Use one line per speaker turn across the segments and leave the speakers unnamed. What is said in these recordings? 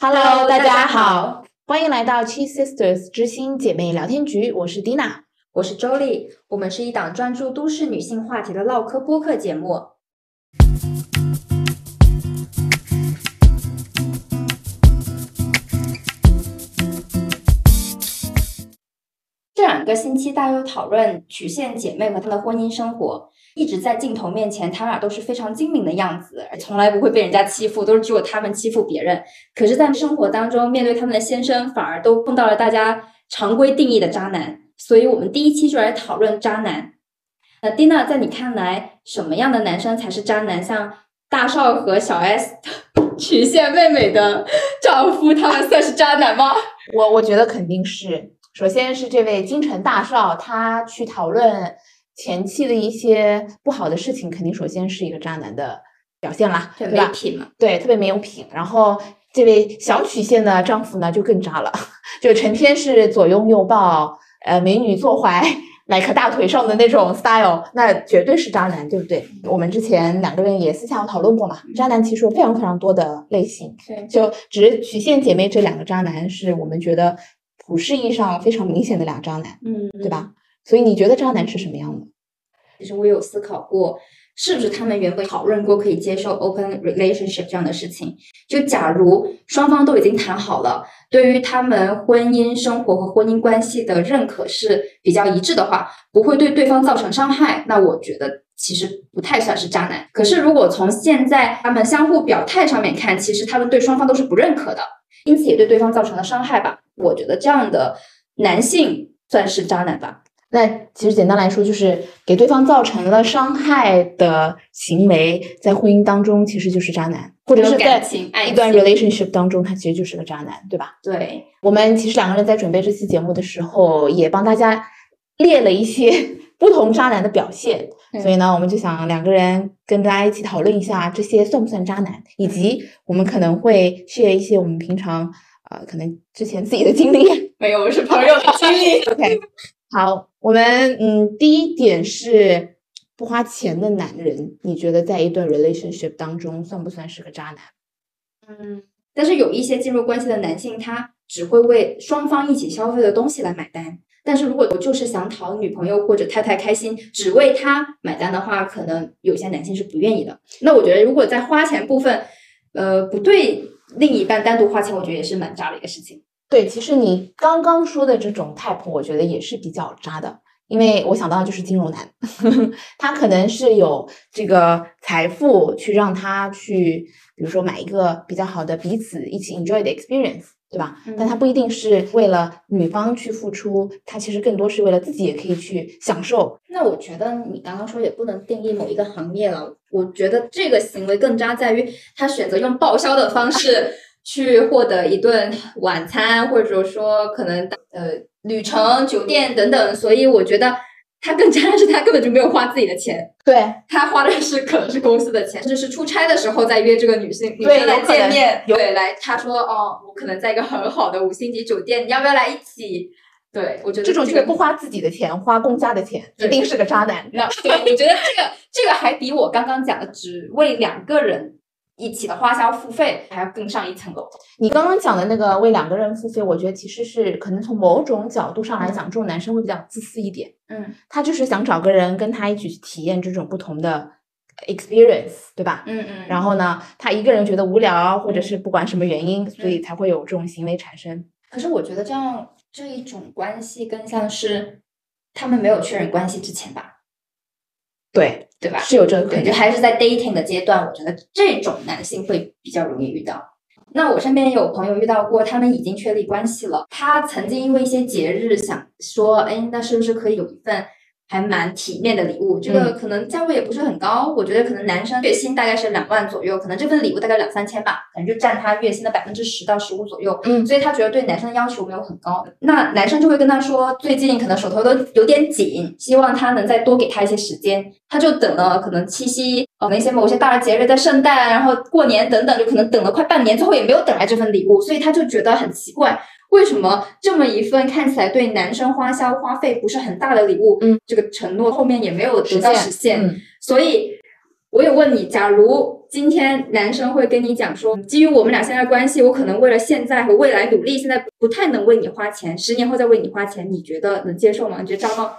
Hello，大家好，欢迎来到七 Sisters 知心姐妹聊天局，我是 Dina。
我是周丽，我们是一档专注都市女性话题的唠嗑播客节目。这两个星期，大家讨论曲线姐妹和她们的婚姻生活，一直在镜头面前，她们俩都是非常精明的样子，而从来不会被人家欺负，都是只有她们欺负别人。可是，在生活当中，面对她们的先生，反而都碰到了大家常规定义的渣男。所以，我们第一期就来讨论渣男。那 Dina，在你看来，什么样的男生才是渣男？像大少和小 S、曲线妹妹的丈夫，他们算是渣男吗？
我我觉得肯定是，首先是这位京城大少，他去讨论前妻的一些不好的事情，肯定首先是一个渣男的表现啦，
这
对
没
吧？
品嘛。
对，特别没有品。然后这位小曲线的丈夫呢，就更渣了， 就成天是左拥右抱，呃，美女坐怀。like 大腿上的那种 style，那绝对是渣男，对不对？我们之前两个人也私下有讨论过嘛，渣男其实有非常非常多的类型，
对，
就只是曲线姐妹这两个渣男是我们觉得普世意义上非常明显的俩渣男，
嗯，
对吧？所以你觉得渣男是什么样的？
其实我有思考过，是不是他们原本讨论过可以接受 open relationship 这样的事情？就假如双方都已经谈好了，对于他们婚姻生活和婚姻关系的认可是比较一致的话，不会对对方造成伤害，那我觉得。其实不太算是渣男，可是如果从现在他们相互表态上面看，其实他们对双方都是不认可的，因此也对对方造成了伤害吧。我觉得这样的男性算是渣男吧。
那其实简单来说，就是给对方造成了伤害的行为，在婚姻当中其实就是渣男，或者
有
是在
感情、爱
一
情
段 relationship 当中，他其实就是个渣男，对吧？
对，
我们其实两个人在准备这期节目的时候，也帮大家列了一些不同渣男的表现，
嗯
所以呢，我们就想两个人跟大家一起讨论一下这些算不算渣男，以及我们可能会 share 一些我们平常呃可能之前自己的经历。啊
没有，我是朋友的 经历。
OK，好，我们嗯第一点是不花钱的男人，你觉得在一段 relationship 当中算不算是个渣男？
嗯，但是有一些进入关系的男性，他只会为双方一起消费的东西来买单。但是如果我就是想讨女朋友或者太太开心，只为她买单的话，可能有些男性是不愿意的。那我觉得，如果在花钱部分，呃，不对另一半单独花钱，我觉得也是蛮渣的一个事情。
对，其实你刚刚说的这种 type，我觉得也是比较渣的，因为我想到的就是金融男， 他可能是有这个财富去让他去，比如说买一个比较好的彼此一起 enjoy 的 experience，对吧？但他不一定是为了女方去付出，他其实更多是为了自己也可以去享受。
那我觉得你刚刚说也不能定义某一个行业了。我觉得这个行为更渣在于他选择用报销的 方式去获得一顿晚餐，或者说可能呃旅程、酒店等等。所以我觉得他更渣的是他根本就没有花自己的钱，
对，
他花的是可能是公司的钱，甚至是出差的时候再约这个女性女
对
生来
有可能
见面，
有
对，来他说哦，我可能在一个很好的五星级酒店，你要不要来一起？对，我觉得
这种就
个
是不花自己的钱，花公家的钱，一
对
定是个渣男。
那对，我觉得这个这个还比我刚刚讲的只为两个人一起的花销付费还要更上一层楼。
你刚刚讲的那个为两个人付费，我觉得其实是可能从某种角度上来讲，这种男生会比较自私一点，
嗯
他就是想找个人跟他一起去体验这种不同的 experience，对吧？
嗯嗯
然后呢，他一个人觉得无聊，或者是不管什么原因，所以才会有这种行为产生。
可是我觉得这样这一种关系更像是他们没有确认关系之前吧，
对，
对吧？
是有这个可
对，就
能。
还是在 dating 的阶段，我觉得这种男性会比较容易遇到。那我身边有朋友遇到过，他们已经确立关系了，他曾经因为一些节日想说，哎，那是不是可以有一份还蛮体面的礼物？这个可能价位也不是很高，我觉得可能男生月薪大概是两万左右，可能这份礼物大概两三千吧，可能就占他月薪的百分之十到十五左右。
嗯
所以他觉得对男生的要求没有很高。那男生就会跟他说，最近可能手头都有点紧，希望他能再多给他一些时间。他就等了可能七夕，呃，那些某些大的节日，在圣诞，然后过年等等，就可能等了快半年，最后也没有等来这份礼物，所以他就觉得很奇怪。为什么这么一份看起来对男生花销花费不是很大的礼物，
嗯，
这个承诺后面也没有得到
实
实现，
嗯，
所以我也问你，假如今天男生会跟你讲说，基于我们俩现在的关系，我可能为了现在和未来努力，现在不太能为你花钱，十年后再为你花钱，你觉得能接受吗？你觉得张吗？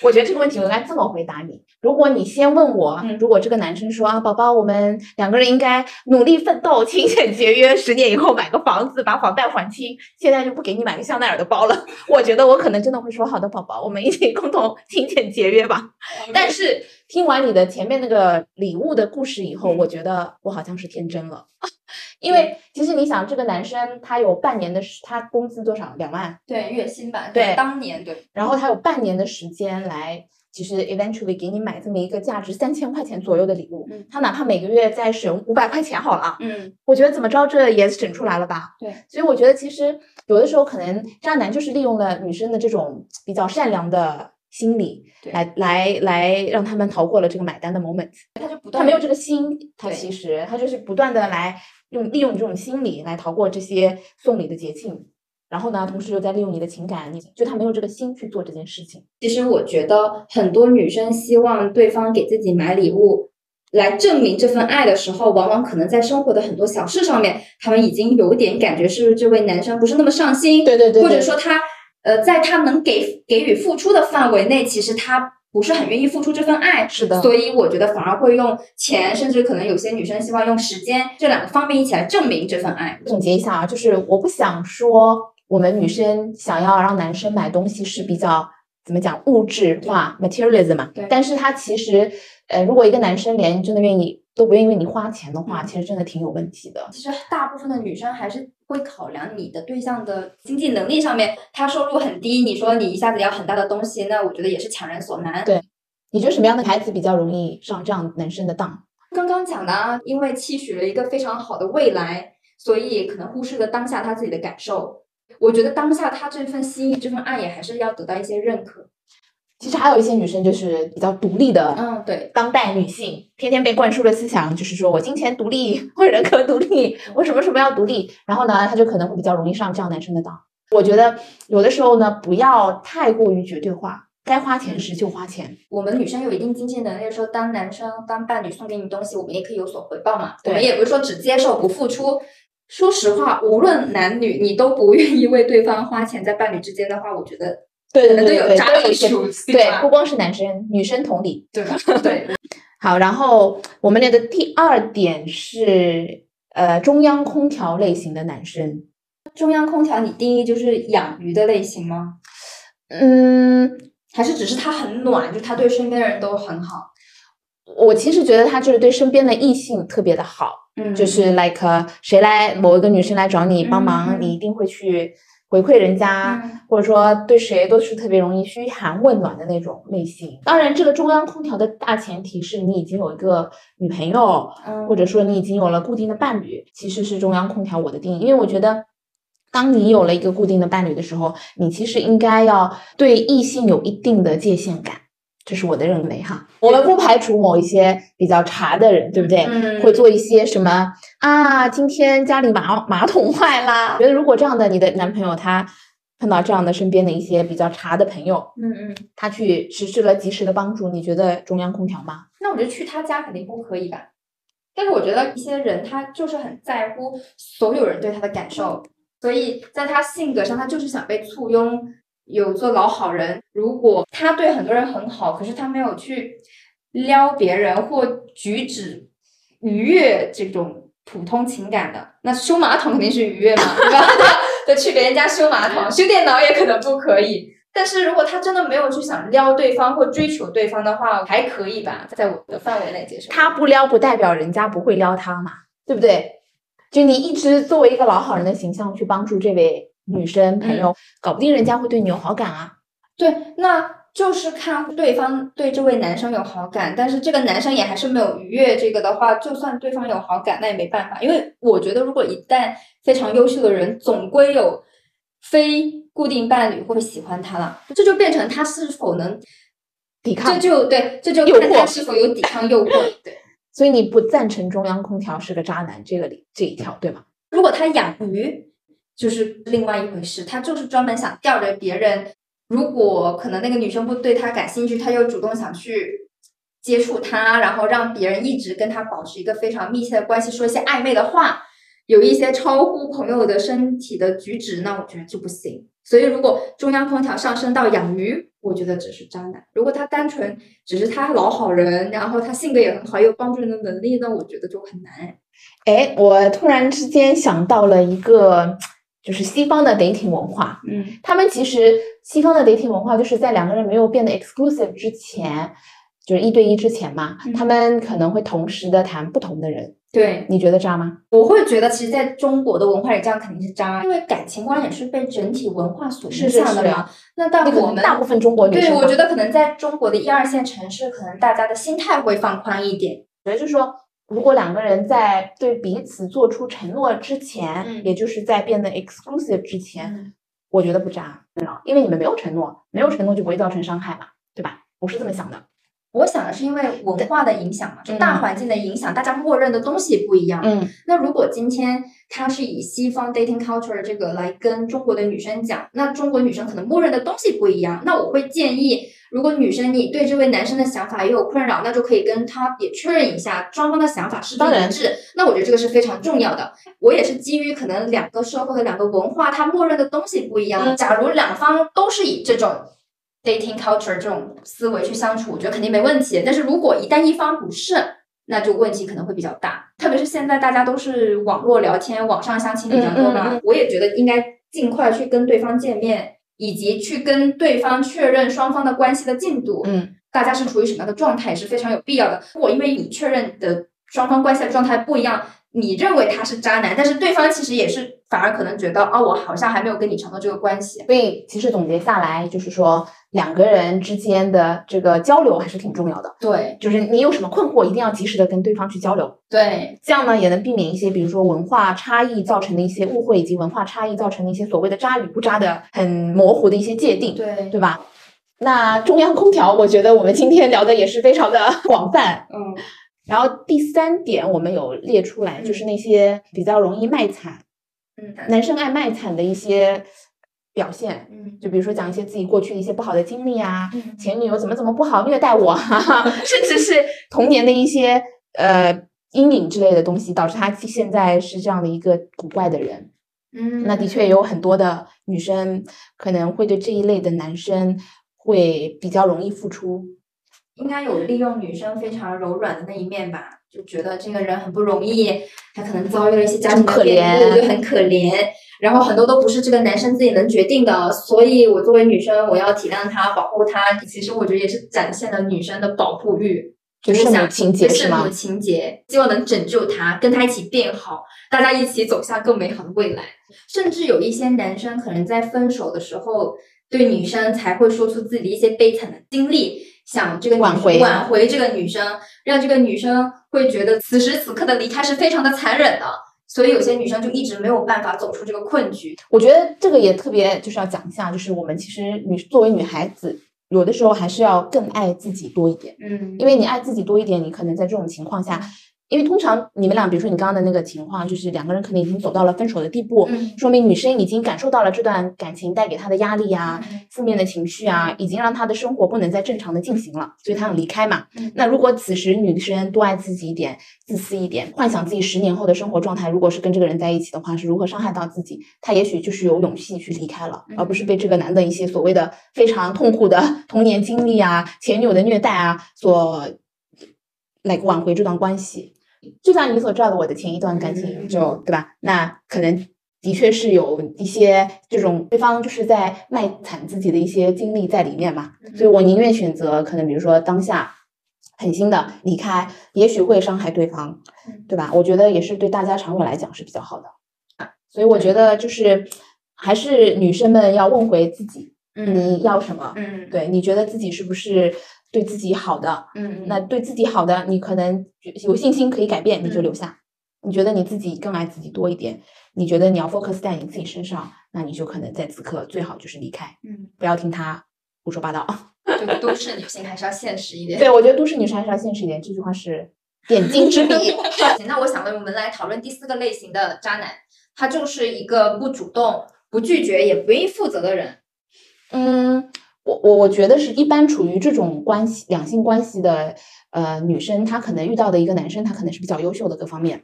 我觉得这个问题我应该这么回答你：如果你先问我，
嗯
如果这个男生说啊，宝宝，我们两个人应该努力奋斗，勤俭节约，十年以后买个房子，把房贷还清，现在就不给你买个香奈儿的包了，我觉得我可能真的会说，好的，宝宝，我们一起共同勤俭节约吧。
嗯
但是听完你的前面那个礼物的故事以后，我觉得我好像是天真了， 因为其实你想，这个男生他有半年的时，他工资多少？两万。
对月薪吧，
对
当年对，
然后他有半年的时间来，其实 eventually 给你买这么一个价值三千块钱左右的礼物，
嗯
他哪怕每个月再省五百块钱好了啊，
嗯，
我觉得怎么着这也省出来了吧？
对，
所以我觉得其实有的时候可能渣男就是利用了女生的这种比较善良的心理
对
来来来让他们逃过了这个买单的 moment，
他就不
他
断
没有这个心，他
对
其实他就是不断的来用利用这种心理来逃过这些送礼的节庆。然后呢，同时又在利用你的情感，你就他没有这个心去做这件事情。
其实我觉得很多女生希望对方给自己买礼物来证明这份爱的时候，往往可能在生活的很多小事上面，她们已经有点感觉是不是这位男生不是那么上心，
对对对，
或者
对
说他呃在他能给给予付出的范围内，其实他。不是很愿意付出这份爱，
是的
所以我觉得反而会用钱，甚至可能有些女生希望用时间这两个方面一起来证明这份爱。
总结一下啊，就是我不想说我们女生想要让男生买东西是比较怎么讲物质化 materialism 嘛
对，
但是他其实呃，如果一个男生连真的愿意都不愿意为你花钱的话，
嗯
其实真的挺有问题的。
其实大部分的女生还是会考量你的对象的经济能力上面，他收入很低，你说你一下子要很大的东西，那我觉得也是强人所难。
对你觉得什么样的孩子比较容易上这样男生的当？
刚刚讲的啊，因为期许了一个非常好的未来，所以可能忽视了当下他自己的感受。我觉得当下他这份心意、这份爱也还是要得到一些认可。
其实还有一些女生就是比较独立的，
嗯，对，
当代女性天天被灌输的思想就是说我金钱独立， 我人格独立，我什么什么要独立。然后呢，她就可能会比较容易上这样男生的当。我觉得有的时候呢，不要太过于绝对化，该花钱时就花钱。
我们女生有一定经济能力的时候，当男生、当伴侣送给你东西，我们也可以有所回报嘛。
对
我们也不是说只接受不付出。说实话，无论男女，你都不愿意为对方花钱，在伴侣之间的话，我觉得
对
可
对对
能都
对
有
对，
渣
都有
男
一些
属性
对，
吧
不光是男生，女生同理。
对吧？ 对，
好，然后我们列的第二点是呃中央空调类型的男生。
中央空调，你定义就是养鱼的类型吗？
嗯，
还是只是它很暖，就是它对身边的人都很好？
我其实觉得他就是对身边的异性特别的好。
嗯
就是 like 呃谁来某一个女生来找你帮忙，
嗯嗯
你一定会去回馈人家，
嗯
或者说对谁都是特别容易嘘寒问暖的那种类型。当然，这个中央空调的大前提是你已经有一个女朋友，
嗯
或者说你已经有了固定的伴侣，其实是中央空调我的定义，因为我觉得。当你有了一个固定的伴侣的时候，你其实应该要对异性有一定的界限感，这是我的认为哈。我们不排除某一些比较茶的人，对不对？
嗯
会做一些什么啊？今天家里马马桶坏啦。觉得如果这样的你的男朋友他碰到这样的身边的一些比较茶的朋友，
嗯嗯，
他去实施了及时的帮助，你觉得中央空调吗？
那我觉得去他家肯定不可以吧。但是我觉得一些人他就是很在乎所有人对他的感受，所以在他性格上，他就是想被簇拥，有做老好人。如果他对很多人很好，可是他没有去撩别人或举止愉悦这种普通情感的，那修马桶肯定是愉悦嘛，对吧？ 对，去别人家修马桶、修电脑也可能不可以。但是如果他真的没有去想撩对方或追求对方的话，还可以吧，在我的范围内接受。
他不撩不代表人家不会撩他嘛，对不对？就你一直作为一个老好人的形象去帮助这位女
嗯
生朋友，搞不定人家会对你有好感啊。
对，那就是看对方对这位男生有好感，但是这个男生也还是没有逾越这个的话，就算对方有好感，那也没办法，因为我觉得如果一旦非常优秀的人，总归有非固定伴侣会喜欢他了，这就变成他是否能，
抵
这
抗，
就对，这就
诱
看他
惑
是否有抵抗诱惑。对，
所以你不赞成中央空调是个渣男这个里这一条，对吗？
如果他养鱼，就是另外一回事，他就是专门想吊着别人。如果可能那个女生不对他感兴趣，他又主动想去接触他，然后让别人一直跟他保持一个非常密切的关系，说一些暧昧的话，有一些超乎朋友的身体的举止，那我觉得就不行。所以，如果中央空调上升到养鱼，我觉得只是渣男；如果他单纯只是他老好人，然后他性格也很好，有帮助人的能力，那我觉得就很难。
哎，我突然之间想到了一个，就是西方的 dating 文化，
嗯
他们其实西方的 dating 文化就是在两个人没有变得 exclusive 之前，就是一对一之前嘛，
嗯
他们可能会同时的谈不同的人。，
对，
你觉得渣吗？
我会觉得，其实在中国的文化里，这样肯定是渣，因为感情观也是被整体文化所影响的嘛。
是是是
那到
那可
我
能
们
大部分中国女
对，
生吧，
我觉
得
得可能在中国的一二线城市，可能大家的心态会放宽一点。
如果两个人在对彼此做出承诺之前，
嗯
也就是在变得 exclusive 之前，
嗯，
我觉得不渣，对吧因为你们没有承诺，没有承诺就不会造成伤害嘛，对吧？我是这么想的。
我想的是因为文化的影响嘛，就大
嗯
环境的影响，大家默认的东西不一样。
嗯
那如果今天他是以西方 dating culture 的这个来跟中国的女生讲，那中国女生可能默认的东西不一样。那我会建议，如果女生你对这位男生的想法也有困扰，那就可以跟他也确认一下双方的想法是不
当
是
然
一致。那我觉得这个是非常重要的。我也是基于可能两个社会和两个文化，它默认的东西不一样。
嗯
假如两方都是以这种 dating culture 这种思维去相处，我觉得肯定没问题。但是如果一旦一方不是，那就问题可能会比较大。特别是现在大家都是网络聊天、网上相亲比较多嘛，
嗯嗯
我也觉得应该尽快去跟对方见面，以及去跟对方确认双方的关系的进度。
嗯，
大家是处于什么样的状态是非常有必要的。如果因为你确认的双方关系的状态不一样，你认为他是渣男，但是对方其实也是反而可能觉得啊、我好像还没有跟你承诺这个关系。
所以其实总结下来就是说，两个人之间的这个交流还是挺重要的。
对
就是你有什么困惑，一定要及时的跟对方去交流，
对，
这样呢也能避免一些，比如说文化差异造成的一些误会，以及文化差异造成的一些所谓的渣与不渣的很模糊的一些界定，
对
对吧？那中央空调，我觉得我们今天聊的也是非常的 广泛。
嗯
然后第三点，我们有列出来，
嗯
就是那些比较容易卖惨，
嗯
男生爱卖惨的一些表现，
嗯
就比如说讲一些自己过去的一些不好的经历啊，
嗯
前女友怎么怎么不好虐待我，哈哈， 甚至是童年的一些呃阴影之类的东西，导致他现在是这样的一个古怪的人。
嗯，
那的确有很多的女生可能会对这一类的男生会比较容易付出。
应该有利用女生非常柔软的那一面吧，就觉得这个人很不容易，他可能遭遇了一些家庭
很可
的变
怜
故，就很可怜。然后很多都不是这个男生自己能决定的，所以我作为女生，我要体谅他，保护他。其实我觉得也是展现了女生的保护欲，
就
就是
圣母
想
情节是
圣母
吗？
情节，希望能拯救他，跟他一起变好，大家一起走向更美好的未来。甚至有一些男生可能在分手的时候，对女生才会说出自己的一些悲惨的经历，想这个女
挽回
挽回这个女生，让这个女生会觉得此时此刻的离开是非常的残忍的。所以有些女生就一直没有办法走出这个困局。
我觉得这个也特别就是要讲一下，就是我们其实女作为女孩子，有的时候还是要更爱自己多一点。
嗯
因为你爱自己多一点，你可能在这种情况下，因为通常你们俩，比如说你刚刚的那个情况，就是两个人可能已经走到了分手的地步，
嗯
说明女生已经感受到了这段感情带给她的压力啊、负面的情绪啊，已经让她的生活不能再正常的进行了，所以她想离开嘛。
嗯
那如果此时女生多爱自己一点、自私一点，幻想自己十年后的生活状态，如果是跟这个人在一起的话，是如何伤害到自己，她也许就是有勇气去离开了，而不是被这个男的一些所谓的非常痛苦的童年经历啊、前女友的虐待啊所来挽回这段关系。就像你所知道的，我的前一段感
嗯嗯
情
嗯
就、对吧？那可能的确是有一些这种对方就是在卖惨自己的一些经历在里面嘛，
嗯
所以我宁愿选择可能比如说当下狠心的离开，也许会伤害对方
嗯，
对吧？我觉得也是对大家长远来讲是比较好的，所以我觉得就是还是女生们要问回自己，
嗯
你要什么？
嗯
对，你觉得自己是不是对自己好的？
嗯
那对自己好的，你可能有信心可以改变，你就留下。你觉得你自己更爱自己多一点，你觉得你要 focus 在你自己身上，那你就可能在此刻最好就是离开，
嗯，
不要听他胡说八道。
这个都市女性还是要现实一 点。
对，我觉得都市女生还是要现实一点，这句话是点睛之笔。
行， 那我想问，我们来讨论第四个类型的渣男，他就是一个不主动、不拒绝、也不愿意负责的人。
嗯，我我我觉得是一般处于这种关系两性关系的呃女生，她可能遇到的一个男生，他可能是比较优秀的各方面，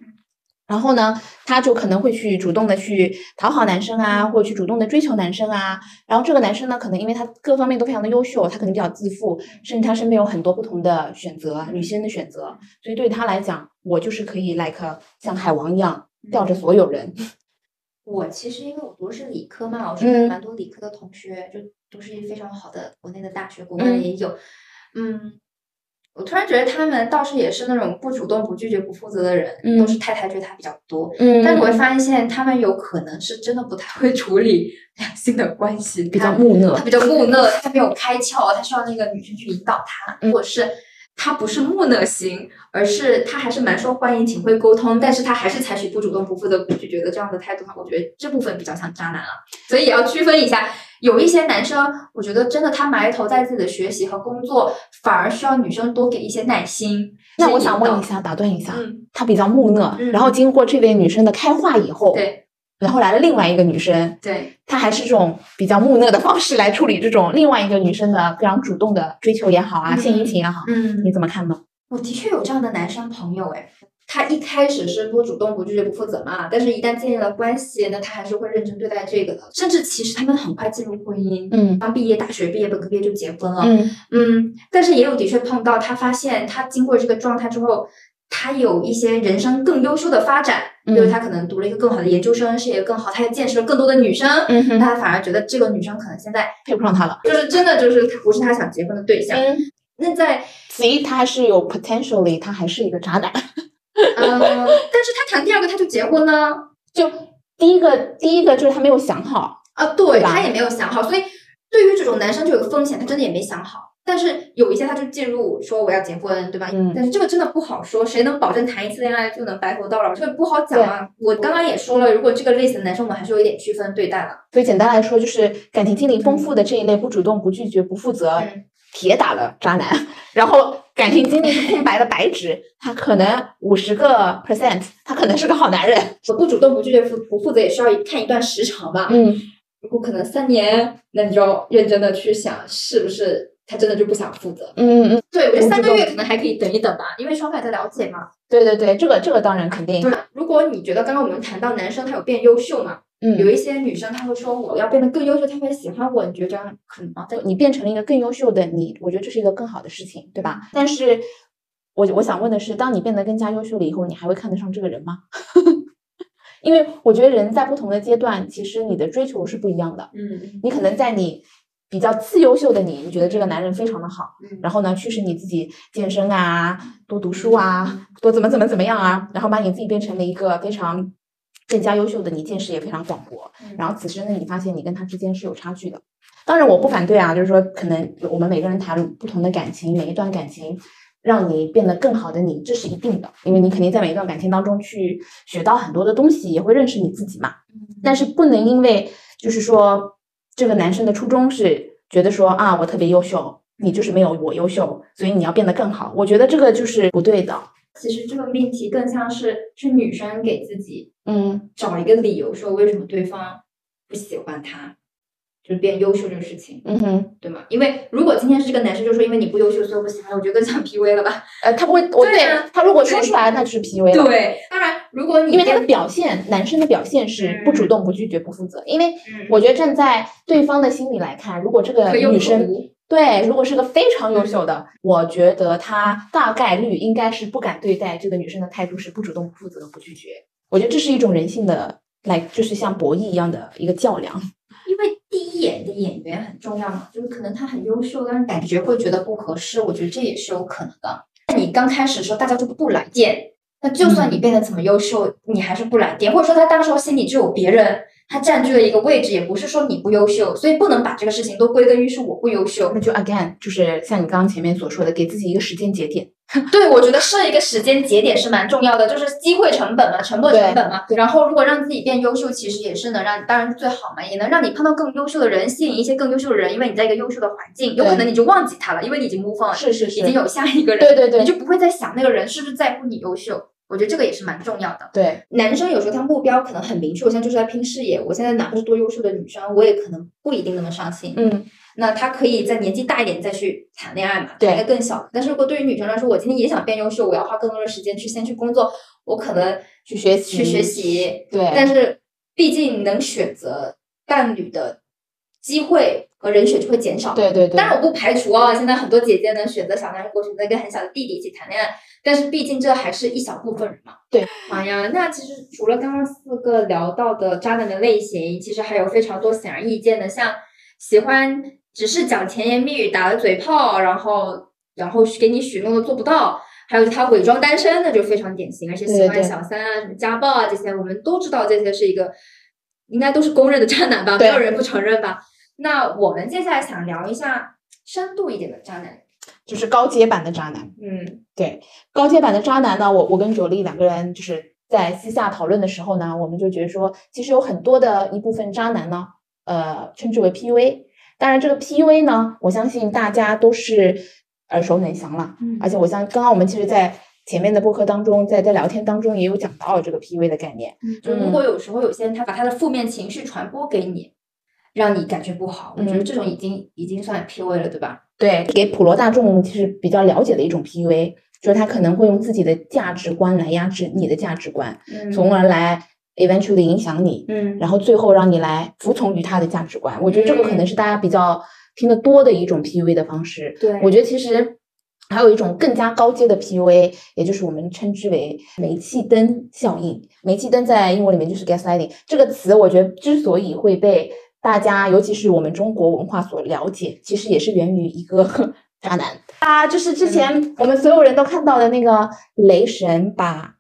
然后呢，她就可能会去主动的去讨好男生啊，或者去主动的追求男生啊。然后这个男生呢，可能因为他各方面都非常的优秀，他可能比较自负，甚至他身边有很多不同的选择，女性的选择，所以对他来讲，我就是可以 like 像海王一样吊着所有人。
我其实因为我读的是理科嘛，我
嗯
身蛮多理科的同学，就都是非常好的国内的大学，国外的
嗯
也有。
嗯，我突然觉得他们倒是也是那种不主动、不拒绝、不负责的人，
嗯
都是太太追他比较多。
嗯
但是我会发现，他们有可能是真的不太会处理两性的关系，
比较
他
木讷
他，比较木讷，他没有开窍，他需要那个女生去引导他，
嗯
或者是他不是木讷型，而是他还是蛮受欢迎、挺会沟通，但是他还是采取不主动、不负责、不拒绝的这样的态度的话，我觉得这部分比较像渣男了、所以也要区分一下，有一些男生，我觉得真的他埋头在自己的学习和工作，反而需要女生多给一些耐心。
那我
去引
想问
导
一，下，打断一下，
嗯，
他比较木讷，
嗯
然后经过这位女生的开化以后，，
对
然后来了另外一个女生，
对，
她还是这种比较木讷的方式来处理这种另外一个女生的非常主动的追求也好啊，
嗯
献殷勤也好，
嗯
你怎么看呢？
我的确有这样的男生朋友哎，他一开始是不主动、不拒绝、不负责嘛，但是一旦建立了关系，那他还是会认真对待这个的。甚至其实他们很快进入婚姻，
嗯
刚毕业、大学毕业、本科毕业就结婚了。
嗯
嗯，但是也有的确碰到他发现他经过这个状态之后，他有一些人生更优秀的发展，
嗯
比如他可能读了一个更好的研究生，视野更好，他也见识了更多的女生。
嗯哼，
那他反而觉得这个女生可能现在
配不上他了。
就是真的就是不是他想结婚的对象。
嗯，
那在
所以他还是有 potentially，他还是一个渣男。
嗯，但是他谈第二个他就结婚呢？
就第一个，第一个就是他没有想好，
啊，对
吧
他也没有想好，所以对于这种男生就有个风险，他真的也没想好。但是有一些他就进入说我要结婚，对吧？
嗯
但是这个真的不好说，谁能保证谈一次恋爱就能白头到老？这个不好讲啊。我刚刚也说了，如果这个类型的男生，我们还是有一点区分对待了。
所以简单来说就是感情经历丰富的这一类，不主动、不拒绝、不负责
嗯，
铁打了渣男。然后感情经历是空白的白纸，他可能五十个 percent，他可能是个好男人。
不主动、不拒绝、不不负责，也需要看一段时长吧。
嗯，
如果可能三年，那你就要认真的去想，是不是他真的就不想负责？
嗯嗯，
对，我觉得
我
三
知道
个月可能还可以等一等吧，因为双方也在了解嘛。
对对对，这个这个当然肯定。
对，如果你觉得刚刚我们谈到男生他有变优秀嘛，有
嗯，
一些女生她会说我要变得更优秀，她会喜欢我，你觉得这样可能吗？但
你变成了一个更优秀的你，我觉得这是一个更好的事情，对吧？但是。我我想问的是，当你变得更加优秀了以后，你还会看得上这个人吗？ 因为我觉得人在不同的阶段，其实你的追求是不一样的。
嗯
你可能在你比较次优秀的你，你觉得这个男人非常的好，
嗯
然后呢，驱使你自己健身啊，多读书啊，多怎么怎么怎么样啊，然后把你自己变成了一个非常更加优秀的你，见识也非常广博。
嗯
然后此时呢，你发现你跟他之间是有差距的。当然，我不反对啊，就是说，可能我们每个人谈不同的感情，每一段感情让你变得更好的你，这是一定的，因为你肯定在每一段感情当中去学到很多的东西，也会认识你自己嘛。
嗯
但是不能因为就是说这个男生的初衷是觉得说啊，我特别优秀，你就是没有我优秀，所以你要变得更好。我觉得这个就是不对的。
其实这个命题更像是是女生给自己
嗯
找一个理由，说为什么对方不喜欢她，就是变优秀这个事情，
嗯哼，
对吗？因为如果今天是这个男生就说因为你不优秀，所以我不喜欢你，我觉得更像 PUA 了吧？
呃，他不会，我
对啊
他如果说
对
出来，那就是 PUA 了。
对，当然如果你
因为他
变
的表现，男生的表现是不主
嗯
动、不拒绝、不负责。因为
嗯
我觉得站在对方的心理来看，如果这个
可有可嗯
女生
无
对，如果是个非常优秀的，我觉得她大概率应该是不敢对待这个女生的态度是不主动、不负责、不拒绝。我觉得这是一种人性的，来就是像博弈一样的一个较量。
因为第一眼的演员很重要嘛，就是可能他很优秀，但是感觉会觉得不合适，我觉得这也是有可能的。那你刚开始的时候，大家就不来电，那就算你变得怎么优秀，你还是不来电，或者说他当时候心里就有别人，他占据了一个位置，也不是说你不优秀，所以不能把这个事情都归根于是我不优秀
那。就 again 就是像你刚刚前面所说的，给自己一个时间节点。
对，我觉得设一个时间节点是蛮重要的，就是机会成本嘛，成本成本嘛。然后如果让自己变优秀，其实也是能让你，当然是最好嘛，也能让你碰到更优秀的人，吸引一些更优秀的人，因为你在一个优秀的环境，有可
对
能你就忘记他了，因为你已经 move on，了
是是
已经有下一个人，
对对对
你就不会再想那个人是不是在乎你优秀。我我觉得这个也是蛮重要的。
对，
男生有时候他目标可能很明确，我现在就是在拼事业，我现在哪怕是多优秀的女生，我也可能不一定那么上心。
嗯，
那他可以在年纪大一点再去谈恋爱嘛，
对
谈的更小。但是如果对于女生来说，我今天也想变优秀，我要花更多的时间去先去工作，我可能
去学习
去学习。
对，
但是毕竟能选择伴侣的机会和人选就会减少。
对对对，
当然，我不排除啊、现在很多姐姐能选择小男生，或选择跟很小的弟弟一起谈恋爱，但是毕竟这还是一小部分人嘛。
对，
哎呀，那其实除了刚刚四个聊到的渣男的类型，其实还有非常多显而易见的，像喜欢只是讲甜言蜜语、打了嘴炮，然后然后给你许诺的做不到。还有他伪装单身，那就非常典型，而且喜
对对
欢
对
小三啊、什么家暴啊这些，我们都知道这些是一个，应该都是公认的渣男吧，没
对
有人不承认吧？那我们接下来想聊一下深度一点的渣男。
就是高阶版的渣男。
嗯
高阶版的渣男呢，我我跟九力两个人就是在私下讨论的时候呢，我们就觉得说，其实有很多的一部分渣男呢，呃，称之为 PUA。当然，这个 PUA 呢，我相信大家都是耳熟能详了。
嗯
而且我相刚刚我们其实，在前面的播客当中，在在聊天当中也有讲到这个 PUA 的概念。
就如果有时候有些人他把他的负面情绪传播给你，让你感觉不好，我觉得
嗯
这种已经已经算 PUA 了，对吧？
对，给普罗大众其实比较了解的一种 PUA，就是他可能会用自己的价值观来压制你的价值观，
嗯
从而来 eventually 影响你。
嗯
然后最后让你来服从于他的价值观。我觉得这个可能是大家比较听得多的一种 PUA 的方式。
对，
我觉得其实还有一种更加高阶的 PUA，也就是我们称之为煤气灯效应。煤气灯在英文里面就是 gaslighting 这个词，我觉得之所以会被大家，尤其是我们中国文化所了解，其实也是源于一个 渣男啊，就是之前我们所有人都看到的那个雷神把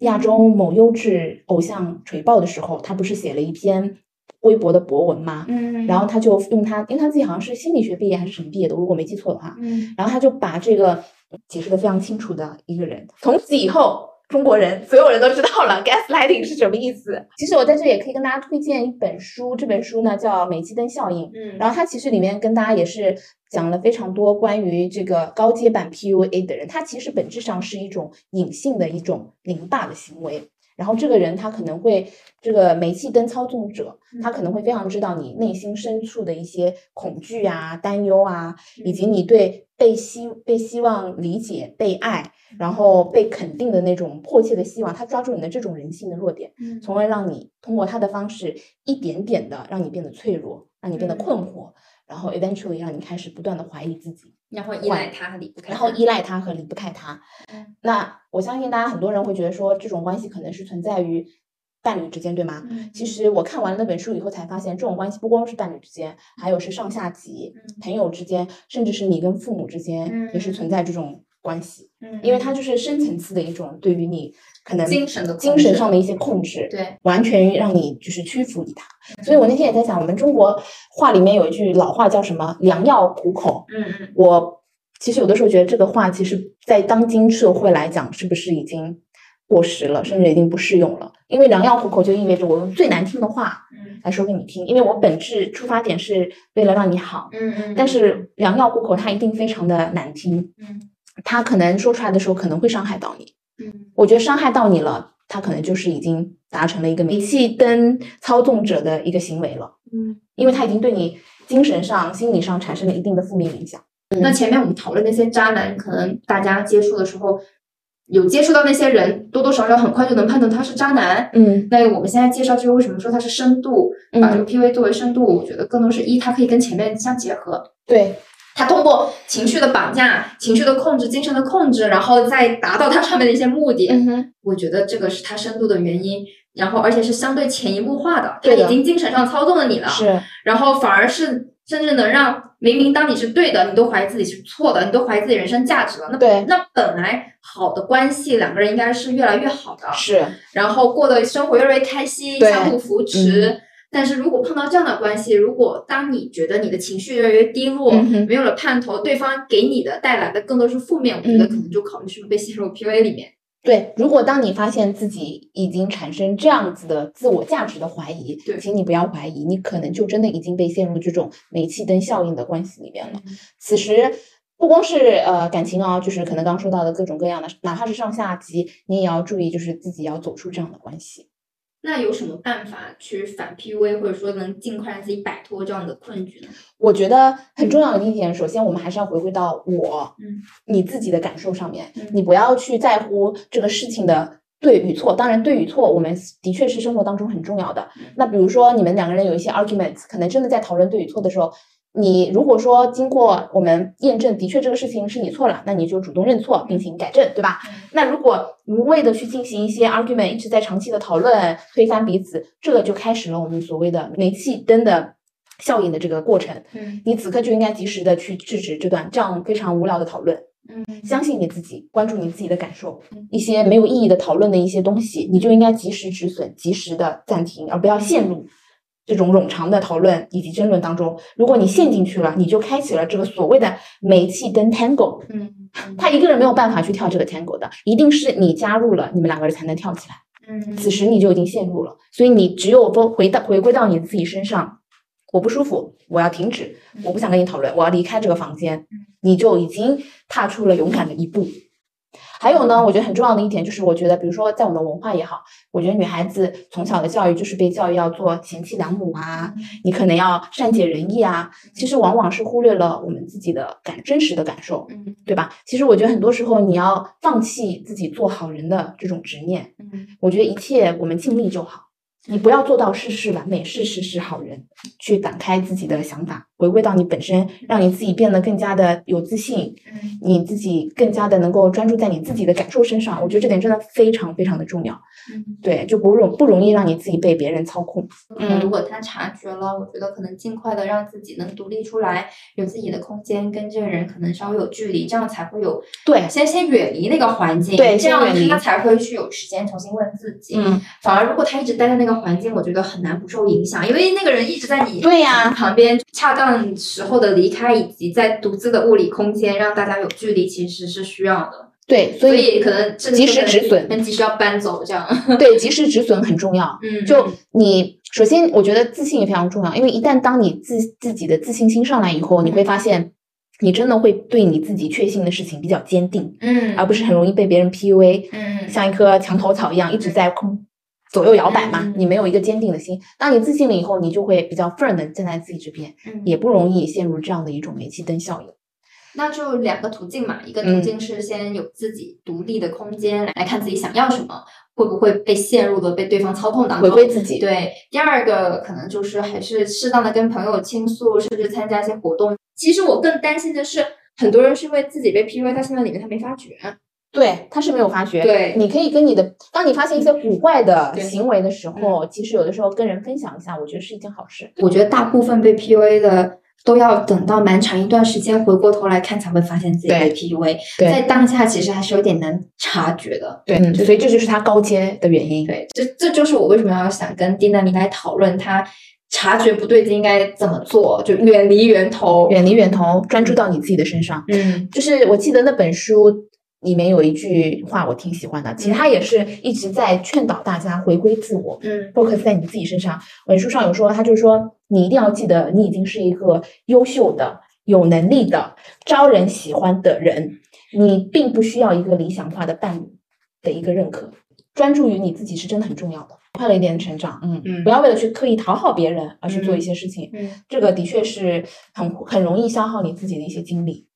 亚洲某优质偶像锤爆的时候，他不是写了一篇微博的博文吗？
嗯，
然后他就用他，因为他自己好像是心理学毕业还是什么毕业的，如果没记错的话，
嗯
然后他就把这个解释的非常清楚的一个人。从此以后，中国人所有人都知道了 gaslighting 是什么意思。其实我在这也可以跟大家推荐一本书，这本书呢叫《煤气灯效应》，
嗯，
然后它其实里面跟大家也是讲了非常多关于这个高阶版 PUA 的人，他其实本质上是一种隐性的一种凌霸的行为。然后这个人他可能会这个煤气灯操纵者，
嗯
他可能会非常知道你内心深处的一些恐惧啊、担忧啊，
嗯
以及你对被希被希望理解、被爱，然后被肯定的那种迫切的希望，他抓住你的这种人性的弱点。
嗯
从而让你通过他的方式一点点的让你变得脆弱，让你变得
嗯
困惑，然后 eventually 让你开始不断的怀疑自己，
然后依赖他离不开他，
然后依赖他和离不开他。
嗯
那我相信大家很多人会觉得说，这种关系可能是存在于伴侣之间，对吗？
嗯
其实我看完了那本书以后才发现，这种关系不光是伴侣之间，还有是上下级、
嗯
朋友之间，甚至是你跟父母之间，也是
嗯
存在这种关系，
嗯
因为它就是深层次的一种对于你可能
精神的控
精神
制
上的一些控制。
对
完全让你就是屈服于他。所以我那天也在想，我们中国话里面有一句老话叫什么“良药苦口
嗯嗯”。
我其实有的时候觉得这个话，其实在当今社会来讲，是不是已经过时了，甚至已经不适用了？因为“良药苦口”就意味着我用最难听的话
嗯
来说给你听，因为我本质出发点是为了让你好。
嗯嗯，
但是“良药苦口”它一定非常的难听，
嗯
它可能说出来的时候可能会伤害到你。
嗯
我觉得伤害到你了，他可能就是已经达成了一个煤气灯操纵者的一个行为了，
嗯，
因为他已经对你精神上、心理上产生了一定的负面影响。
那前面我们讨论那些渣男，可能大家接触的时候有接触到那些人，多多少少很快就能判断他是渣男，
嗯
那我们现在介绍就是为什么说它是深度，把这个 PV 作为深度，我觉得更多是一，它可以跟前面相结合，
对
它通过情绪的绑架、情绪的控制、精神的控制，然后再达到它上面的一些目的。
嗯哼，
我觉得这个是它深度的原因，然后而且是相对潜移默化的，它
对的
已经精神上操纵了你了，
是
然后反而是甚至能让明明当你是对的，你都怀疑自己是错的，你都怀疑自己人生价值了。那
对
那本来好的关系，两个人应该是越来越好的，
是，
然后过得生活越来越开心，
对嗯
相互扶持。但是如果碰到这样的关系，如果当你觉得你的情绪越来越低落，
嗯哼
没有了盼头，对方给你的带来的更多是负面，我觉得
嗯
可能就考虑是不是被陷入 PUA 里面。
对。如果当你发现自己已经产生这样子的自我价值的怀疑，
对
请你不要怀嗯疑，你可能就真的已经被陷入这种煤气灯效应的关系里面了。此时，不光是呃感情啊，就是可能刚说到的各种各样的，哪怕是上下级，你也要注意，就是自己要走出这样的关系。
那有什么办法去反 PUA，或者说能尽快让自己摆脱这样的困局呢？
我觉得很重要的一点，首先我们还是要回归到我，
嗯，
你自己的感受上面
嗯，
你不要去在乎这个事情的对与错。当然，对与错我们的确是生活当中很重要的
嗯。
那比如说你们两个人有一些 argument，可能真的在讨论对与错的时候。你如果说经过我们验证，的确这个事情是你错了，那你就主动认错并行改正，对吧
嗯？
那如果无谓的去进行一些 argument，一直在长期的讨论推翻彼此，这个就开始了我们所谓的煤气灯的效应的这个过程。
嗯
你此刻就应该及时的去制止这段这样非常无聊的讨论。
嗯
相信你自己，关注你自己的感受
嗯，
一些没有意义的讨论的一些东西，你就应该及时止损，及时的暂停，而不要陷入这种冗长的讨论以及争论当中。如果你陷进去了，你就开启了这个所谓的煤气灯 tango，
嗯
他一个人没有办法去跳这个 tango 的，一定是你加入了，你们两个人才能跳起来。
嗯
此时你就已经陷入了，所以你只有都回到回归到你自己身上，我不舒服，我要停止，我不想跟你讨论，我要离开这个房间，你就已经踏出了勇敢的一步。还有呢，我觉得很重要的一点就是，我觉得，比如说在我们文化也好，我觉得女孩子从小的教育就是被教育要做贤妻良母啊，你可能要善解人意啊，其实往往是忽略了我们自己的感真实的感受，
嗯
对吧？其实我觉得很多时候你要放弃自己做好人的这种执念，
嗯
我觉得一切我们尽力就好，你不要做到事事完美，事事是好人，去打开自己的想法，回归到你本身，让你自己变得更加的有自信，
嗯
你自己更加的能够专注在你自己的感受身上。我觉得这点真的非常非常的重要，
嗯。
对，就不容不容易让你自己被别人操控。
嗯，如果他察觉了，我觉得可能尽快的让自己能独立出来，有自己的空间，跟这个人可能稍微有距离，这样才会有
对，
先先远离那个环境，
对
这
先
样
远离
他才会去有时间重新问自己。
嗯，
反而如果他一直待在那个环境，我觉得很难不受影响，因为那个人一直在你
对啊呀、
旁边，恰当时候的离开，以及在独自的物理空间让大家有距离，其实是需要的。
对，所
所
以
以可能甚至
及时
可能
止损
能及时要搬走这样。
对及时止损很重要。
嗯，
就你首先，我觉得自信也非常重要，因为一旦当你自自己的自信心上来以后，你
嗯
会发现，你真的会对你自己确信的事情比较坚定，
嗯
而不是很容易被别人 PUA，
嗯
像一棵墙头草一样一直在空左右摇摆嘛
嗯。
你没有一个坚定的心，当你自信了以后，你就会比较 firm 的站在自己这边，
嗯
也不容易陷入这样的一种煤气灯效应。
那就两个途径嘛，一个途
嗯
径是先有自己独立的空间来看自己想要什么，会不会被陷入的被对方操控当
回
中。
归自己，
嗯对，第二个可能就是还是适当的跟朋友倾诉，甚至参加一些活动。其实我更担心的是，很多人是因为自己被 PUA 到现在里面，他没发觉。
对，他是没有发觉。
对
你可以跟你的，当你发现一些古怪的
对嗯
行为的时候，其实有的时候跟人分享一下，我觉得是一件好事。
我觉得大部分被 PUA 的都要等到蛮长一段时间，回过头来看才会发现自己被
对
PUA，
对
在当下其实还是有点难察觉的。
对，嗯，所以这就是他高阶的原因。
对，这这就是我为什么要想跟丁娜你来讨论，他察觉不对劲应该怎么做，就远离源头。
远离源头，专注到你自己的身上。
嗯
就是我记得那本书里面有一句话我挺喜欢的，其实他也是一直在劝导大家回归自我
嗯
，focus 在你自己身上。文书上有说，他就说你一定要记得，你已经是一个优秀的、有能力的、招人喜欢的人，你并不需要一个理想化的伴侣的一个认可。专注于你自己是真的很重要的，快乐一点的成长，嗯
嗯
不要为了去刻意讨好别人而去做
嗯
一些事情，
嗯，
这个的确是很很容易消耗你自己的一些精力。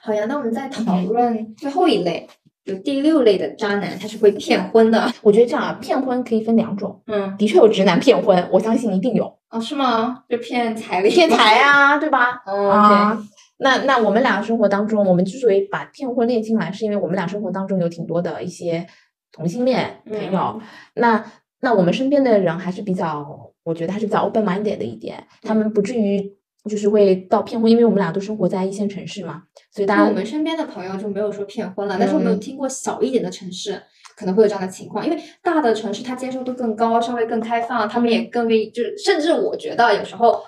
好呀，那我们再讨论最后一类，就第六类的渣男，他是会骗婚的。
我觉得这样啊，骗婚可以分两种，
嗯，
的确有直男骗婚，我相信一定有
哦，是吗？就骗彩礼，
骗财。啊，对吧？
嗯，
啊，那那我们俩生活当中，我们之所以把骗婚列进来，是因为我们俩生活当中有挺多的一些同性恋
对
朋友，那那我们身边的人还是比较，我觉得还是比较 open minded 的一点，他们不至于就是会到骗婚，因为我们俩都生活在一线城市嘛，所以大
那
家
我们身边的朋友就没有说骗婚了，但是我们有
嗯
听过小一点的城市可能会有这样的情况，因为大的城市它接受度更高，稍微更开放，他
嗯
们也更愿意，就是甚至我觉得有时候。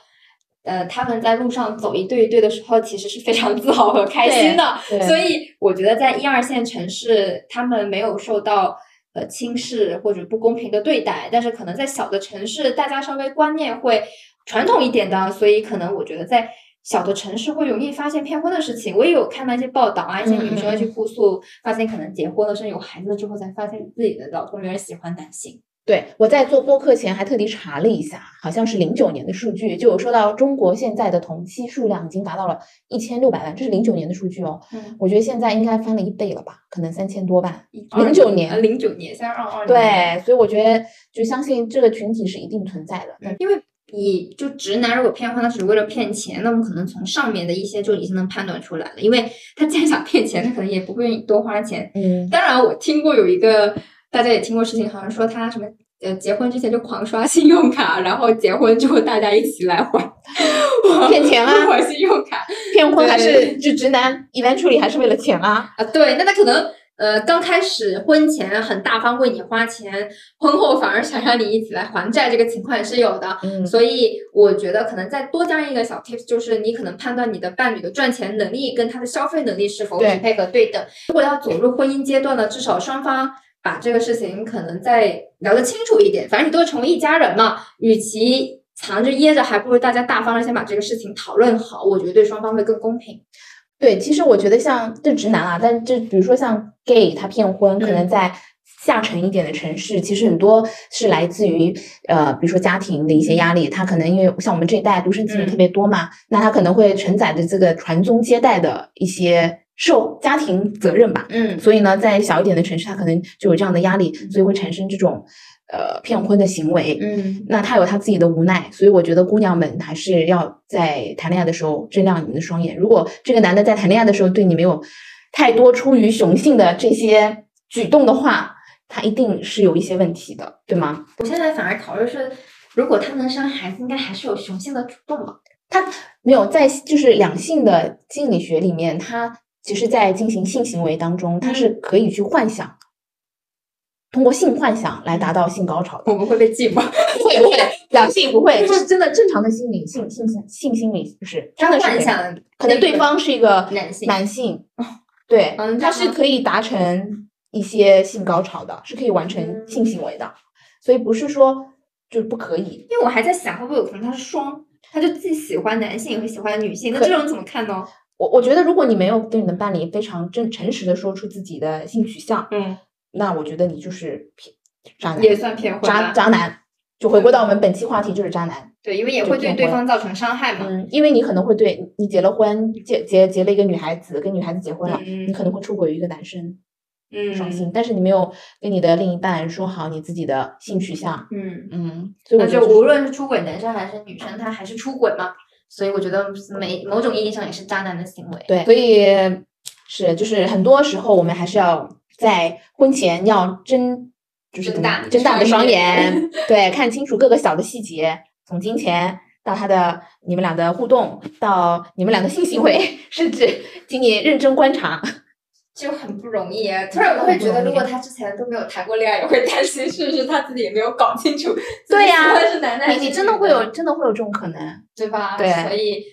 呃，他们在路上走一对一对的时候，其实是非常 自豪和开心的。
对对
所以我觉得在一二线城市，他们没有受到呃轻视或者不公平的对待，但是可能在小的城市，大家稍微观念会传统一点的，所以可能我觉得在小的城市会容易发现骗婚的事情。我也有看到一些报道啊，一些
嗯
女
嗯
生去哭诉，发现可能结婚了，甚至有孩子之后，才发现自己的老公原来喜欢男性。
对，我在做播客前还特地查了一下，好像是零九年的数据，就有说到中国现在的同期数量已经达到了一千六百万，这是零九年的数据哦。
嗯，
我觉得现在应该翻了一倍了吧，可能三千多万。09年
零九年，现在二二年，
对，所以我觉得就相信这个群体是一定存在的。但
因为你就直男如果骗婚，他只是为了骗钱，那我们可能从上面的一些就已经能判断出来了。因为他既然想骗钱，他可能也不会多花钱。
嗯，
当然，我听过有一个大家也听过事情，好像说他什么。呃，结婚之前就狂刷信用卡，然后结婚之后大家一起来还我
骗钱啊
还信用卡
骗婚还是
对
就直男一般处理还是为了钱啊？
啊。对，那他可能呃刚开始婚前很大方为你花钱，婚后反而想让你一起来还债，这个情况也是有的。
嗯
所以我觉得可能再多加一个小 tips，就是你可能判断你的伴侣的赚钱能力跟他的消费能力是否匹
对
配和对等。如果要走入婚姻阶段呢，至少双方把这个事情可能再聊得清楚一点。反正你都是成为一家人嘛，与其藏着掖着，还不如大家大方的先把这个事情讨论好，我觉得对双方会更公平。
对，其实我觉得像这直男啊，但这比如说像 gay 他骗婚，可能
嗯
在下沉一点的城市，其实很多是来自于呃，比如说家庭的一些压力，他可能因为像我们这一代独生子女
嗯
特别多嘛，那他可能会承载着这个传宗接代的一些受家庭责任吧。
嗯，
所以呢，在小一点的城市，他可能就有这样的压力，所以会产生这种呃骗婚的行为。
嗯，
那他有他自己的无奈，所以我觉得姑娘们还是要在谈恋爱的时候睁亮你们的双眼。如果这个男的在谈恋爱的时候对你没有太多出于雄性的这些举动的话，他一定是有一些问题的，对吗？
我现在反而考虑是，如果他能生孩子，应该还是有雄性的主动吧。
没有在就是两性的心理学里面，它其实在进行性行为当中，它是可以去幻想，通过性幻想来达到性高潮的。
我们会被寂寞。
会 不会两性不会，这是真的正常的心理性性性性心理，就是真的是
幻
这样
想
可能对方是一个
男性哦
男性，对，
嗯
他是可以达成一些性高潮的，是可以完成
嗯
性行为的，所以不是说就是不可以。
因为我还在想，会不会有可能他是双，他就既喜欢男性也会喜欢女性，那
可
这种怎么看呢？
我我觉得，如果你没有对你的伴侣非常正诚实的说出自己的性取向，
嗯，
那我觉得你就是偏渣男，
也算骗婚
渣
吧。
渣男。就回归到我们本期话题，就是渣男。
对，因为也
就
会对
骗
对
婚
方造成伤害嘛。
嗯，因为你可能会对你结了婚，结结结了一个女孩子，跟女孩子结婚了，你
嗯
可能会出轨于一个男生，伤
嗯
心。但是你没有跟你的另一半说好你自己的性取向，
嗯，
嗯，所以
那
我觉
就
得
无论是出轨男生还是女生，他还是出轨嘛。所以我觉得每某种意义上也是渣男的行为。
对，所以是就是很多时候我们还是要在婚前要睁就是
睁
怎么
大你的
睁大你的双
双
眼
眼，
对，看清楚各个小的细节，从金钱。到他的你们俩的互动，到你们俩的性行为，甚至请你认真观察，
就很不容易啊。突然我会觉得，如果他之前都没有谈过恋爱，也会担心是不是他自己也没有搞清楚自己
对呀
喜欢是男的还是
你你真的
女
会有真的会有这种可能，
对吧？
对
所以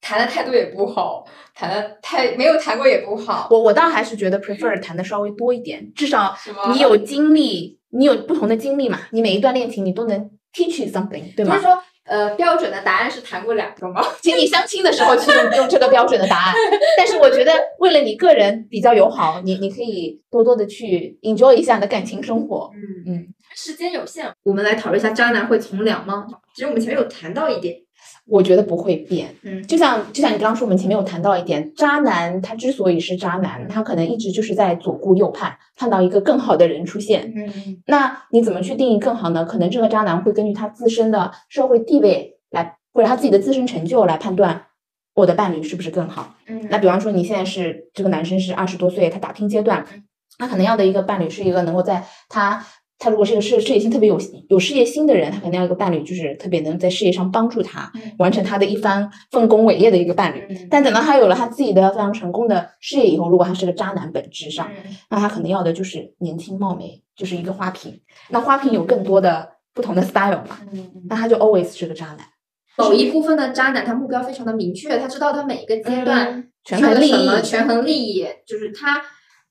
谈的态度也不好，谈的太没有谈过也不好，
我我倒还是觉得 prefer 谈的稍微多一点，至少
是吗？
你有经历，你有不同的经历嘛，你每一段恋情你都能 teach you something，对
就
吗
是？说，呃，标准的答案是谈过两个吗？
请你相亲的时候去用用这个标准的答案，但是我觉得为了你个人比较友好，你你可以多多的去 enjoy 一下你的感情生活。
嗯，
嗯，
时间有限，我们来讨论一下渣男会从良吗？其实我们前面有谈到一点，
我觉得不会变。
嗯
就像就像你刚刚说，我们前面有谈到一点，渣男他之所以是渣男，他可能一直就是在左顾右盼，看到一个更好的人出现。
嗯
那你怎么去定义更好呢？可能这个渣男会根据他自身的社会地位来，或者他自己的自身成就来判断我的伴侣是不是更好。
嗯
那比方说，你现在是这个男生是二十多岁，他打拼阶段
嗯，
他可能要的一个伴侣是一个能够在他他如果是个事事业心特别有有事业心的人，他可能要一个伴侣就是特别能在事业上帮助他
嗯
完成他的一番丰功伟业的一个伴侣。
嗯
但等到他有了他自己的非常成功的事业以后，如果他是个渣男，本质上
嗯
那他可能要的就是年轻貌美，就是一个花瓶。那花瓶有更多的不同的 style 嘛，
嗯
那他就 always 是个渣男。
某一部分的渣男，他目标非常的明确，嗯他知道他每一个阶段
权衡利
什么
益，
权衡利益，就是他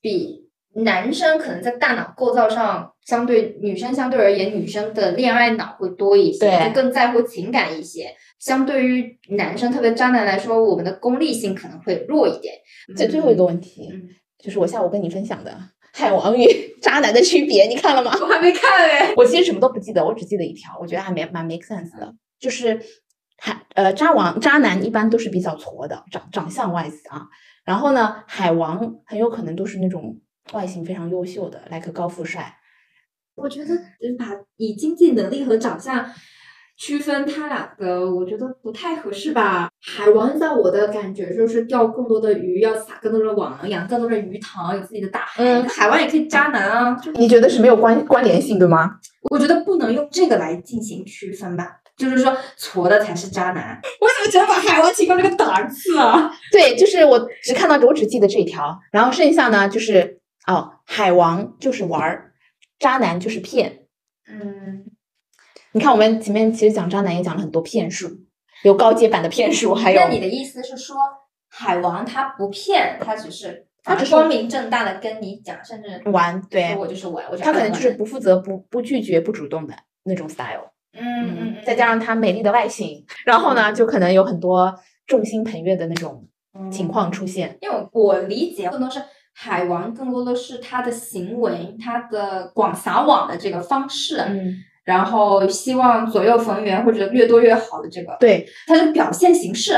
比男生可能在大脑构造上相对女生相对而言，女生的恋爱脑会多一些，
对
就更在乎情感一些。相对于男生，特别渣男来说，我们的功利性可能会弱一点。
这最后一个问题，
嗯
就是我下午跟你分享的《海王与 渣男的区别》，你看了吗？
嗯 我还没看嘞，
我其实什么都不记得，我只记得一条，我觉得还蛮蛮 make sense 的，就是海呃渣王渣男一般都是比较矬的，长长相 wise 啊，然后呢，海王很有可能都是那种外形非常优秀的，like 高富
嗯
帅，
我觉得把以经济能力和长相区分他俩的，我觉得不太合适吧。海王在我的感觉就是钓更多的鱼，要撒更多的网，养更多的鱼塘，有自己的大海。
嗯
哎海王也可以渣男啊，就
你觉得是没有关关联性对吗？
我觉得不能用这个来进行区分吧。就是说，矬的才是渣男。 我怎么觉得把海王提高这个档次啊？
对，就是我只看到这，我只记得这一条，然后剩下呢就是哦，海王就是玩儿，渣男就是骗，
嗯，
你看，我们前面其实讲渣男也讲了很多骗术，有高阶版的骗术，还有
那你的意思是说，海王他不骗，他只是
他只是
光明正大的跟你讲，甚至
玩，对
说我就是我，我就是
他可能
爱
就是
玩
不负责、不不拒绝、不主动的那种 style。
嗯嗯嗯，
再加上他美丽的外形，然后呢，就可能有很多众星捧月的那种
嗯
情况出现。
因为我理解更多是海王，更多的是他的行为，他的广撒网的这个方式，
嗯，
然后希望左右逢源或者越多越好的这个，
对，
他的表现形式。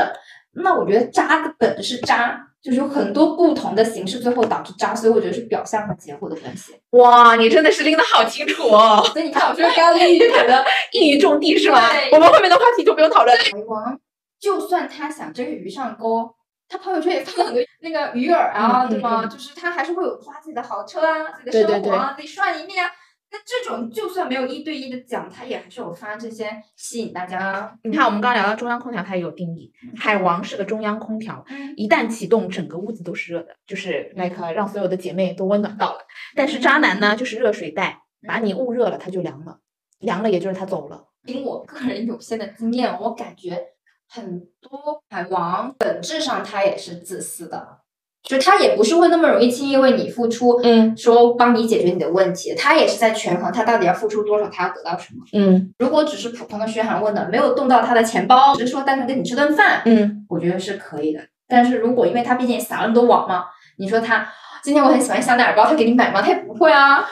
那我觉得渣的本质是渣，就是有很多不同的形式，最后导致渣，所以我觉得是表象和结果的关系。
哇，你真的是拎得好清楚哦，
所以你看，我就是刚刚一直觉得
一语中的是吧？
对
我们后面的话题就不用讨论了。
海哎王，就算他想真鱼上钩，他朋友圈也发了很多那个鱼饵啊，
嗯嗯
对吗？
嗯
就是他还是会有发自己的豪车啊，自己
对
的
对
生活啊，自己涮一面啊。那这种就算没有一对一的讲，他也还是有发这些吸引大家。
你看，我们刚刚聊到中央空调，它也有定义，海王是个中央空调，
嗯，
一旦启动，整个屋子都是热的，就是那个让所有的姐妹都温暖到了。但是渣男呢，就是热水袋，把你捂热了，他就凉了，凉了也就是他走了。
凭我个人有限的经验，我感觉很多海王本质上他也是自私的，就他也不是会那么容易轻易为你付出。
嗯
说帮你解决你的问题，他也是在权衡他到底要付出多少，他要得到什么。
嗯
如果只是普通的嘘寒问暖，没有动到他的钱包，只是说单纯跟你吃顿饭，
嗯，
我觉得是可以的。但是如果因为他毕竟撒了那么多网嘛，你说他今天我很喜欢香奈儿包，他给你买吗？他也不会啊。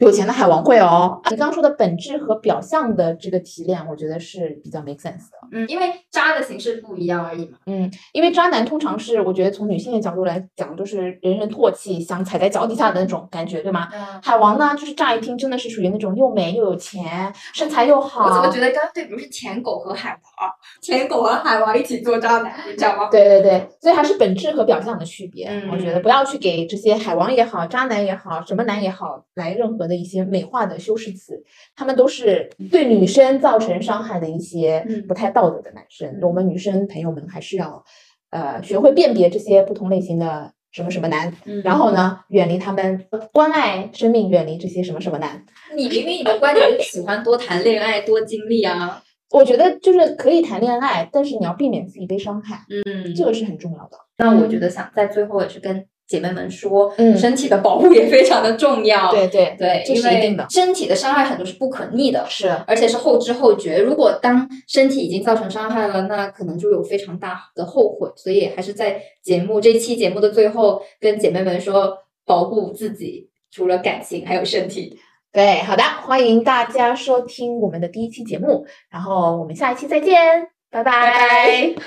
有钱的海王会哦。你刚刚说的本质和表象的这个提炼，我觉得是比较 make sense 的。
嗯，因为渣的形式不一样而已嘛。
嗯，因为渣男通常是我觉得从女性的角度来讲，就是人人唾弃，想踩在脚底下的那种感觉，对吗？
嗯，
海王呢，就是乍一听真的是属于那种又美又有钱，身材又好。
我怎么觉得刚刚对比是舔狗和海王，啊 舔狗和海王一起做渣男，你知道吗？
对对对，所以还是本质和表象的区别。我觉得
嗯
不要去给这些海王也好、渣男也好、什么男也好来任何的一些美化的修饰词，他们都是对女生造成伤害的一些
嗯
不太道德的男生。
嗯
我们女生朋友们还是要呃学会辨别这些不同类型的什么什么男，
嗯
然后呢远离他们，关爱生命，远离这些什么什么男。
你明明你的观点就是喜欢多谈恋爱、多经历啊。
我觉得就是可以谈恋爱，但是你要避免自己被伤害，
嗯
这个是很重要的。
那我觉得想在最后也是跟姐妹们说，
嗯
身体的保护也非常的重要。
对对
对，
这
因
是一
为
定的。
身体的伤害很多是不可逆的，
是，
而且是后知后觉。如果当身体已经造成伤害了，那可能就有非常大的后悔。所以还是在节目这期节目的最后，跟姐妹们说，保护自己，除了感情还有身体。
对，好的，欢迎大家收听我们的第一期节目，然后我们下一期再见，拜拜。
拜拜